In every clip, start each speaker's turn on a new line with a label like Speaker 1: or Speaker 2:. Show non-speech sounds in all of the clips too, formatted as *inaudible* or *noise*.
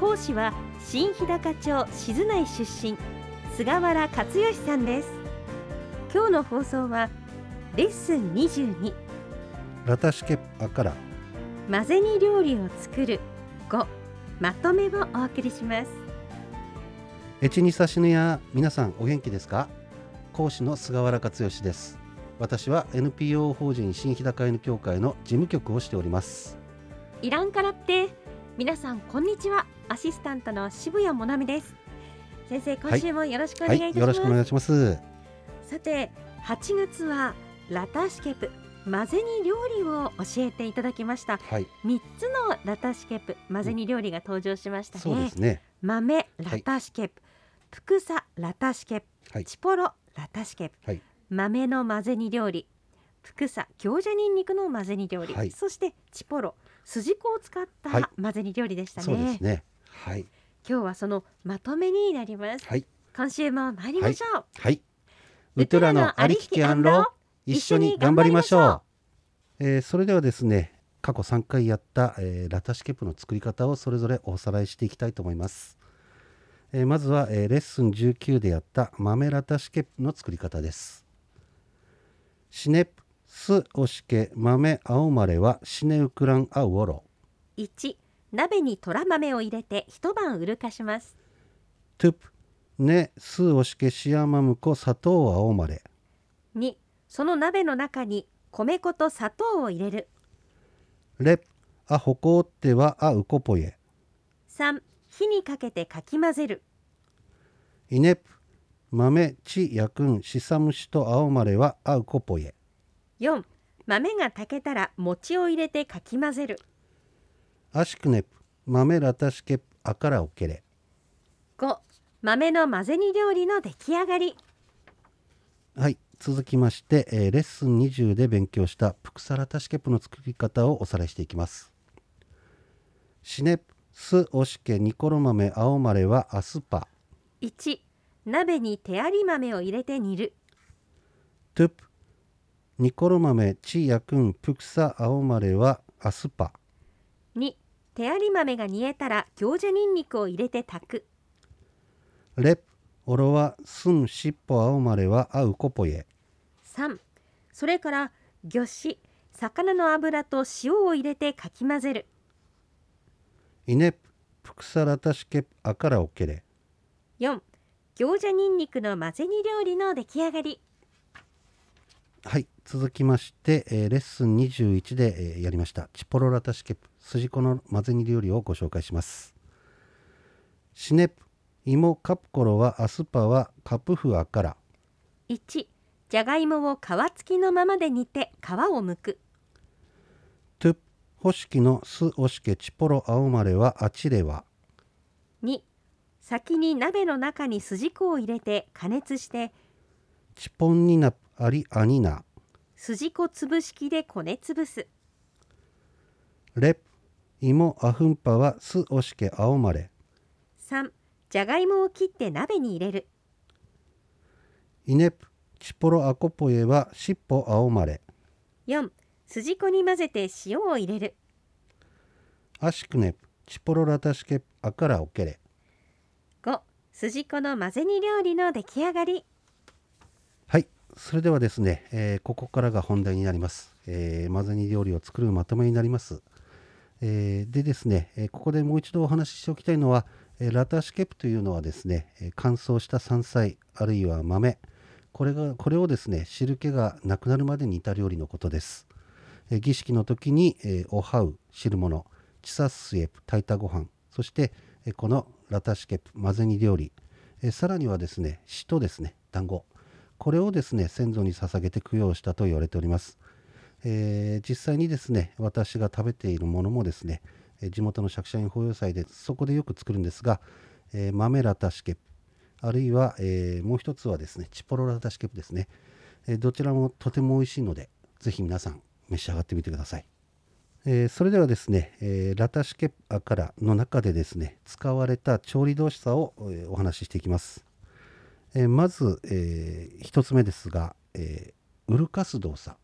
Speaker 1: 講師は新日高町静内出身菅原克義さんです今日の放送はレッスン22
Speaker 2: ラタシケアから
Speaker 1: 混ぜ煮料理を作る5まとめをお送りします
Speaker 2: エチニサシヌヤ皆さんお元気ですか講師の菅原克義です私は NPO 法人新日高犬協会の事務局をしております
Speaker 1: イランからって皆さんこんにちはアシスタントの渋谷もなみです先生今週もよろしくお
Speaker 2: は
Speaker 1: 願いい
Speaker 2: い
Speaker 1: たし
Speaker 2: よ
Speaker 1: ま
Speaker 2: ろ
Speaker 1: す、
Speaker 2: しくお願いします
Speaker 1: さて8月はラタシケプ混ぜ煮料理を教えていただきました
Speaker 2: はい
Speaker 1: 3つのラタシケプ混ぜ煮料理が登場しましたね、
Speaker 2: そうですね
Speaker 1: 豆ラタシケプ、プクサラタシケプ、
Speaker 2: はい
Speaker 1: チポロラタシケプ、
Speaker 2: はい
Speaker 1: 豆の混ぜ煮料理プクサ強者ニンニクの混ぜ煮料理、
Speaker 2: はい
Speaker 1: そしてチポロ筋子を使っ
Speaker 2: はい
Speaker 1: た混ぜ煮料理でしたね,、
Speaker 2: そうですねはい
Speaker 1: 今日はそのまとめになります
Speaker 2: はい
Speaker 1: 今週も参りましょう、
Speaker 2: はいウトラのありききアンロ一緒に頑張りましょう、えーそれではですね過去3回やった、えーラタシケプの作り方をそれぞれおさらいしていきたいと思います、えーまずは、えーレッスン19でやった豆ラタシケプの作り方ですシネプスオシケ豆青まれはシネウクランアウオロ
Speaker 1: 1鍋にとら豆を入れて一晩うるかします
Speaker 2: トゥプネスオシケシアマムコ砂糖青まれ
Speaker 1: 2その鍋の中に米粉と砂糖を入れる
Speaker 2: レプアホコーテはアウコポエ
Speaker 1: 3火にかけてかき混ぜる
Speaker 2: イネプ豆チヤクンシサムシと青まれはアウコポエ
Speaker 1: 4豆が炊けたら餅を入れてかき混ぜる
Speaker 2: アシクネプ豆ラタシケプアカラオケレ
Speaker 1: 5豆の混ぜ煮料理の出来上がり
Speaker 2: はい続きまして、えーレッスン20で勉強したプクサラタシケプの作り方をおさらいしていきますシネプスオシケニコロ豆青まれはアスパ
Speaker 1: 1鍋に手あり豆を入れて煮る
Speaker 2: トゥプニコロ豆チヤクンプクサ青まれはアスパ
Speaker 1: 2手あり豆が煮えたら行者ニンニクを入れて炊く
Speaker 2: レプオロはスンシッポ青まれはアウコポエ
Speaker 1: 3それから魚脂魚の油と塩を入れてかき混ぜる
Speaker 2: イネププクサラタシケプアカラオケレ
Speaker 1: 4行者ニンニクの混ぜ煮料理の出来上がり
Speaker 2: はい続きまして、えーレッスン21で、えーやりましたチポロラタシケプ筋子の混ぜ煮料理をご紹介しますシネプ芋カプコロはアスパはカプフアカラ
Speaker 1: 1じゃがいもを皮付きのままで煮て皮を剥く
Speaker 2: トゥプホシキのスオシケチポロアオマレはアチレワ
Speaker 1: 2先に鍋の中に筋子を入れて加熱して
Speaker 2: チポンニナプアリアニナ
Speaker 1: 筋子潰し器でこね潰す
Speaker 2: レプ芋アフンパはスオシケアオマレ
Speaker 1: 3じゃがいもを切って鍋に入れる
Speaker 2: イネプチポロアコポエはシッポアオマレ
Speaker 1: 4筋子に混ぜて塩を入れる
Speaker 2: アシクネプチポロラタシケプアカラオケレ
Speaker 1: 5筋子の混ぜ煮料理の出来上がり
Speaker 2: はいそれではですね、えーここからが本題になります、えー、混ぜ煮料理を作るまとめになります、えーでですね、えーここでもう一度お話ししておきたいのは、えーラタシケプというのはですね、えー乾燥した山菜あるいは豆これがこれをですね汁気がなくなるまで煮た料理のことです、えー儀式の時に、えーおはう汁物チサスエプ炊いたご飯そして、えーこのラタシケプ混ぜ煮料理、えーさらにはですね詩とですね団子これをですね先祖に捧げて供養したと言われております、えー実際にですね私が食べているものもですね、ええー地元の釈迦院法要祭でそこでよく作るんですが、えー豆ラタシケプあるいは、えーもう一つはですねチポロラタシケプですね、えーどちらもとても美味しいのでぜひ皆さん召し上がってみてください、えーそれではですね、えーラタシケプアカラの中でですね使われた調理動作を、えーお話ししていきますえーまず、えー一つ目ですが、えーウルカス動作、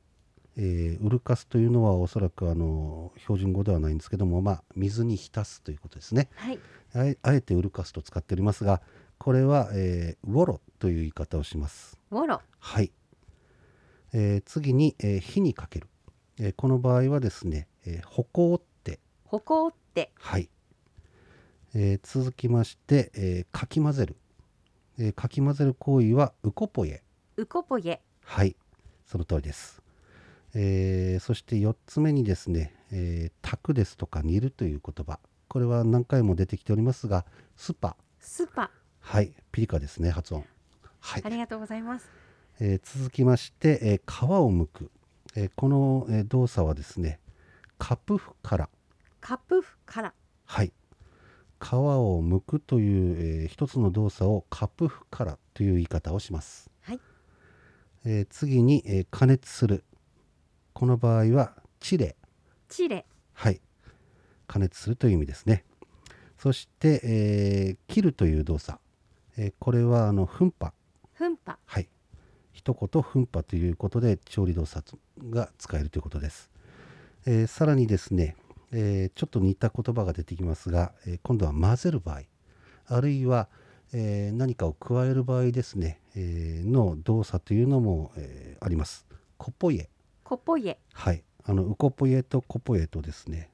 Speaker 2: えーウルカスというのはおそらくあの標準語ではないんですけども、まあ、水に浸すということですね
Speaker 1: はい、
Speaker 2: あえあえてウルカスと使っておりますがこれは、えーウォロという言い方をします
Speaker 1: ウォロ、
Speaker 2: はい、えー次に、えー火にかける、えーこの場合はですね、えー、歩行って
Speaker 1: 歩行って、
Speaker 2: はい、えー続きまして、えーかき混ぜる、えーかき混ぜる行為はウコポエ
Speaker 1: ウコポエ、
Speaker 2: はい、その通りです。えーそして4つ目にですね、えー炊くですとか煮るという言葉、これは何回も出てきておりますが、スパ、
Speaker 1: スパ、
Speaker 2: はい、ピリカですね、発音。はい
Speaker 1: あ、りがとうございます。
Speaker 2: えー続きまして、えー皮を剥く、えーこの、えー動作はですね、カプフから、
Speaker 1: カプフから、
Speaker 2: はい、皮を剥くという、えー一つの動作をカプフからという言い方をします。
Speaker 1: はい
Speaker 2: えー次に、えー加熱する。この場合はチレ、
Speaker 1: チレ、
Speaker 2: はい、加熱するという意味ですね。そして、えー切るという動作、えーこれはあの噴破、
Speaker 1: 噴破、
Speaker 2: はい、一言噴破ということで調理動作が使えるということです、えーさらにですね、えーちょっと似た言葉が出てきますが、えー今度は混ぜる場合あるいは、えー何かを加える場合ですね、えーの動作というのも、えーありますコポイエ
Speaker 1: コポエ、
Speaker 2: はいあのウコポイエとコポイエとですね、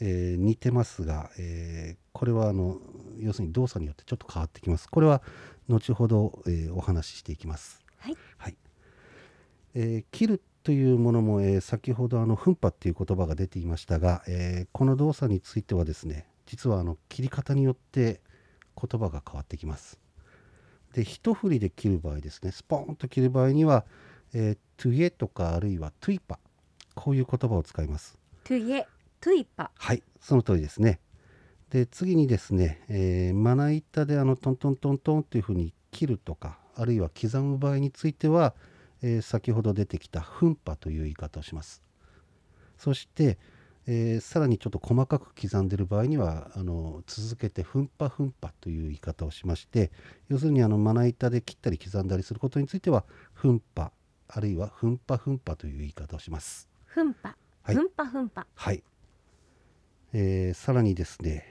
Speaker 2: えー似てますが、えーこれはあの要するに動作によってちょっと変わってきますこれは後ほど、えーお話ししていきます
Speaker 1: はい、
Speaker 2: はいえー切るというものも、えー先ほどあの噴破っていう言葉が出ていましたが、えーこの動作についてはですね実はあの切り方によって言葉が変わってきますで一振りで切る場合ですねスポーンと切る場合には、えートゥエとかあるいはトゥイパこういう言葉を使います
Speaker 1: トゥエ、トゥイパ、
Speaker 2: はいその通りですねで次にですね、えーまな板であのトントントントンというふうに切るとかあるいは刻む場合については、えー先ほど出てきた噴破という言い方をしますそして、えーさらにちょっと細かく刻んでいる場合にはあの続けて噴破噴破という言い方をしまして要するにあのまな板で切ったり刻んだりすることについては噴破あるいは噴破噴破という言い方をします
Speaker 1: 噴破、
Speaker 2: はい
Speaker 1: 噴破噴破、
Speaker 2: はい、えーさらにですね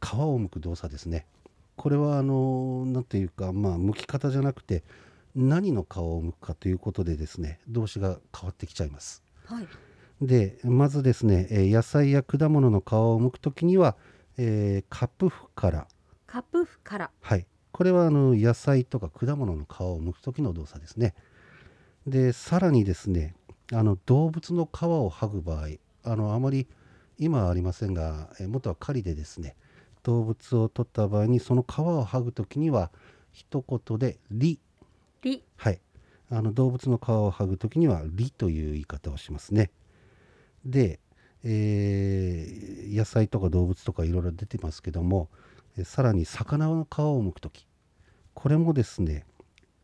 Speaker 2: 皮を剥く動作ですねこれはあの何ていうかまあ剥き方じゃなくて何の皮を剥くかということでですね動詞が変わってきちゃいます
Speaker 1: はい、
Speaker 2: でまずですね、えー野菜や果物の皮を剥くときには、えーカップフから
Speaker 1: カプフから、
Speaker 2: はい、これはあの野菜とか果物の皮を剥く時の動作ですね。でさらにですねあの動物の皮を剥ぐ場合あのあまり今はありませんがえ元は狩りでですね動物を取った場合にその皮を剥ぐ時には一言で「り
Speaker 1: リ、」
Speaker 2: はいあの動物の皮を剥ぐ時には「り」という言い方をしますね。で、えー野菜とか動物とかいろいろ出てますけどもえーさらに魚の皮を剥く時これもですね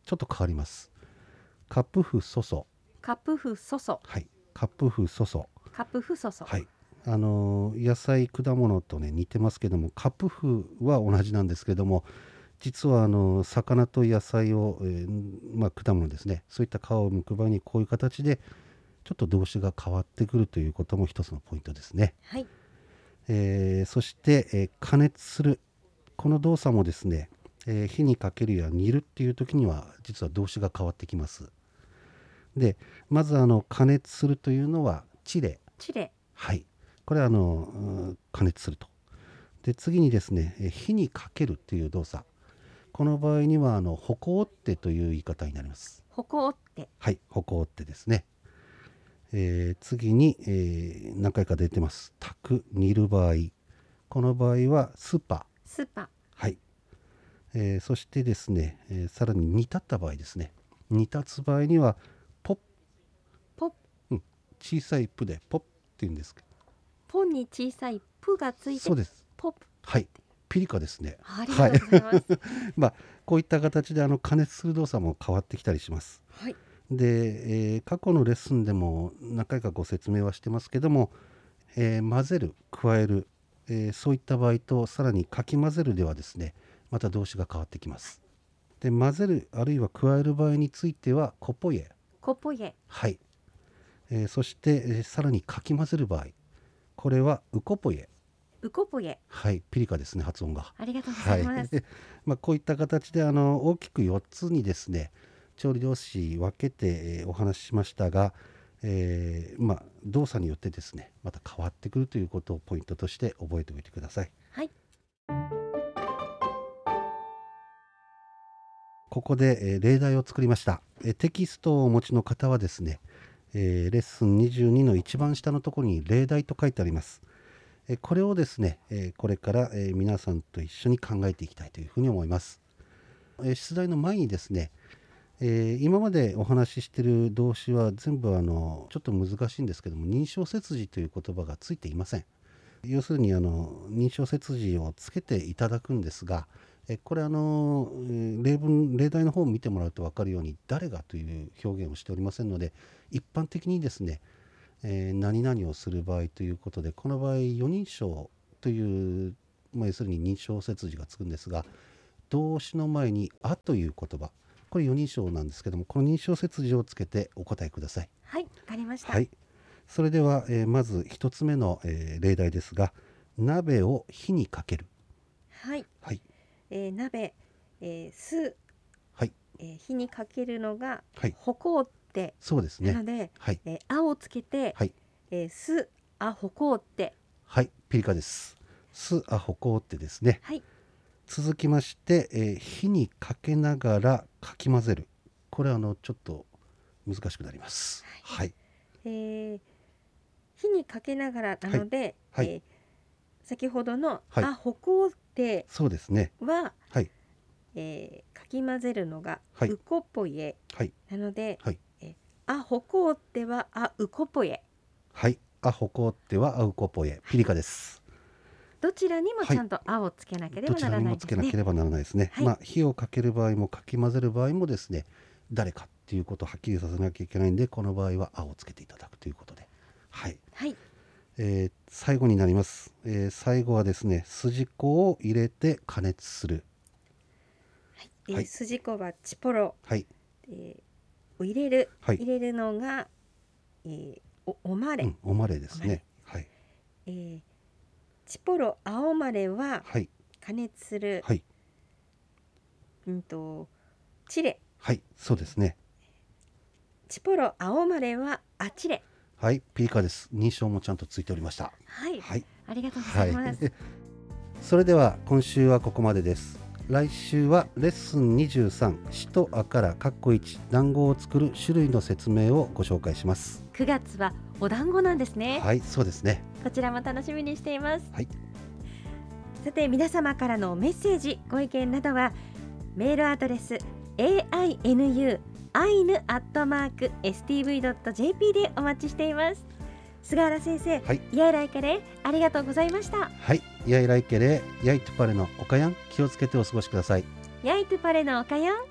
Speaker 2: ちょっと変わりますカップフソソ
Speaker 1: カプフソソ、
Speaker 2: はいカップフソソ
Speaker 1: カプフソソ、
Speaker 2: はいあのー野菜果物とね似てますけどもカップフは同じなんですけども実はあのー魚と野菜を、えーまあ、果物ですねそういった皮を剥く場合にこういう形でちょっと動詞が変わってくるということも一つのポイントですね。
Speaker 1: はい、
Speaker 2: えーそして、えー加熱するこの動作もですね、えー火にかけるや煮るっていう時には実は動詞が変わってきますでまずあの加熱するというのはチレ
Speaker 1: チレ、
Speaker 2: はいこれはあのうん加熱するとで次にですね、えー火にかけるという動作この場合にはあの歩行ってという言い方になります
Speaker 1: ホコって、
Speaker 2: はい、歩行ってですね。えー次に、えー何回か出てます。炊く、煮る場合。この場合はスーパー。
Speaker 1: スパ、
Speaker 2: はい。えーそしてですね、えーさらに煮立った場合ですね。煮立つ場合には、ポッ、
Speaker 1: ポッ
Speaker 2: 小さいプでポッって言うんですけど。
Speaker 1: ポンに小さいプがついて
Speaker 2: そうです。
Speaker 1: ポップ
Speaker 2: はい。ピリカですね。
Speaker 1: ありがとうございます。
Speaker 2: こういった形であの加熱する動作も変わってきたりします。
Speaker 1: はい
Speaker 2: で、えー過去のレッスンでも何回かご説明はしてますけども、えー混ぜる加える、えーそういった場合とさらにかき混ぜるではですねまた動詞が変わってきます。で混ぜるあるいは加える場合についてはコポエ
Speaker 1: コポエ
Speaker 2: はい、えーそして、えーさらにかき混ぜる場合これはウコポエ
Speaker 1: ウコポエ
Speaker 2: はいピリカですね発音が。
Speaker 1: ありがとうござ
Speaker 2: はい *laughs*
Speaker 1: います。、
Speaker 2: まあこういった形であの大きく4つにですね調理動詞分けて、えーお話ししましたが、えーまあ、動作によってですねまた変わってくるということをポイントとして覚えておいてください。
Speaker 1: はい
Speaker 2: ここで、えー例題を作りました、えーテキストをお持ちの方はですね、えーレッスン22の一番下のところに例題と書いてあります。えーこれをですね、えーこれから、えー皆さんと一緒に考えていきたいというふうに思います。えー出題の前にですね、えー今までお話ししている動詞は全部あのちょっと難しいんですけども認証切字という言葉がついていません。要するにあの認証切字をつけていただくんですが、えーこれあのえー例文例題の方を見てもらうと分かるように誰がという表現をしておりませんので一般的にですねえー何々をする場合ということでこの場合4人称という、まあ、要するに認証切字がつくんですが動詞の前に「あ」という言葉これ4人称なんですけどもこの認証切字をつけてお答えください。
Speaker 1: はい、わかりました。
Speaker 2: はい、それでは、えーまず1つ目の、えー例題ですが「鍋を火にかける
Speaker 1: はい、」
Speaker 2: はい
Speaker 1: えー、鍋、えー、す、
Speaker 2: はい、
Speaker 1: えー、火にかけるのが、
Speaker 2: はい
Speaker 1: ほこって、
Speaker 2: そうです
Speaker 1: な
Speaker 2: ね
Speaker 1: ので、
Speaker 2: はい
Speaker 1: えー、あをつけて、
Speaker 2: はい
Speaker 1: えー、す、あ、ほこって、
Speaker 2: はいピリカです。すあほこうってですね
Speaker 1: はい、
Speaker 2: 続きまして、えー火にかけながらかき混ぜるこれはあのちょっと難しくなりますはい
Speaker 1: えー、火にかけながらなので、
Speaker 2: はいはい
Speaker 1: えー先ほどの、
Speaker 2: はい
Speaker 1: あ、ほこって
Speaker 2: そうですね
Speaker 1: は、
Speaker 2: はい
Speaker 1: えー、かき混ぜるのが、
Speaker 2: はいう
Speaker 1: こぽえ
Speaker 2: はい
Speaker 1: なので、
Speaker 2: はい
Speaker 1: えー、あ、ほこっては、あ、うこぽえ
Speaker 2: はいあほこってはあうこぽえピリカです
Speaker 1: どちらにも
Speaker 2: はい
Speaker 1: ちゃんと「あ」をつけなけれ
Speaker 2: ど
Speaker 1: ば
Speaker 2: ち
Speaker 1: な
Speaker 2: ら
Speaker 1: ら
Speaker 2: に
Speaker 1: な
Speaker 2: も
Speaker 1: いで
Speaker 2: つけ
Speaker 1: す
Speaker 2: な
Speaker 1: ね。
Speaker 2: ければならないですね、
Speaker 1: はい
Speaker 2: まあ火をかける場合もかき混ぜる場合もですね誰かっていうことをはっきりさせなきゃいけないんでこの場合は「あ」をつけていただくということではい
Speaker 1: はい、
Speaker 2: えー最後になります、えー最後はですね筋子を入れて加熱する
Speaker 1: えー
Speaker 2: はい
Speaker 1: 筋子はチポロ、
Speaker 2: はい
Speaker 1: えー、を入れる、
Speaker 2: はい
Speaker 1: 入れるのが、えー、おおまれ、
Speaker 2: うん、おまれですねはい
Speaker 1: えーチポロ青まれは
Speaker 2: はい
Speaker 1: 加熱する、
Speaker 2: はい
Speaker 1: うんとチレ
Speaker 2: はい、そうですね。
Speaker 1: チポロ青まれはあチレ
Speaker 2: はい、ピリカです。認証もちゃんとついておりました。
Speaker 1: はい、
Speaker 2: はい、
Speaker 1: ありがとうご
Speaker 2: は
Speaker 1: ざい
Speaker 2: い
Speaker 1: ます。。
Speaker 2: *laughs* それでは今週はここまでです。来週はレッスン23、しとあからかっこ1、団子を作る種類の説明をご紹介します。
Speaker 1: 9月はお団子なんですね。
Speaker 2: はい、そうですね。
Speaker 1: こちらも楽しみにしています。
Speaker 2: はい
Speaker 1: さて皆様からのメッセージ、ご意見などはメールアドレス ainu ainu アットマーク stv ドット jp でお待ちしています。菅原先生、
Speaker 2: はい、
Speaker 1: イヤイライカレーありがとうございました。
Speaker 2: はい、やいらいけれ、やいとぱれのおかやん、気をつけてお過ごしください。
Speaker 1: ヤイトゥパレのおかよん。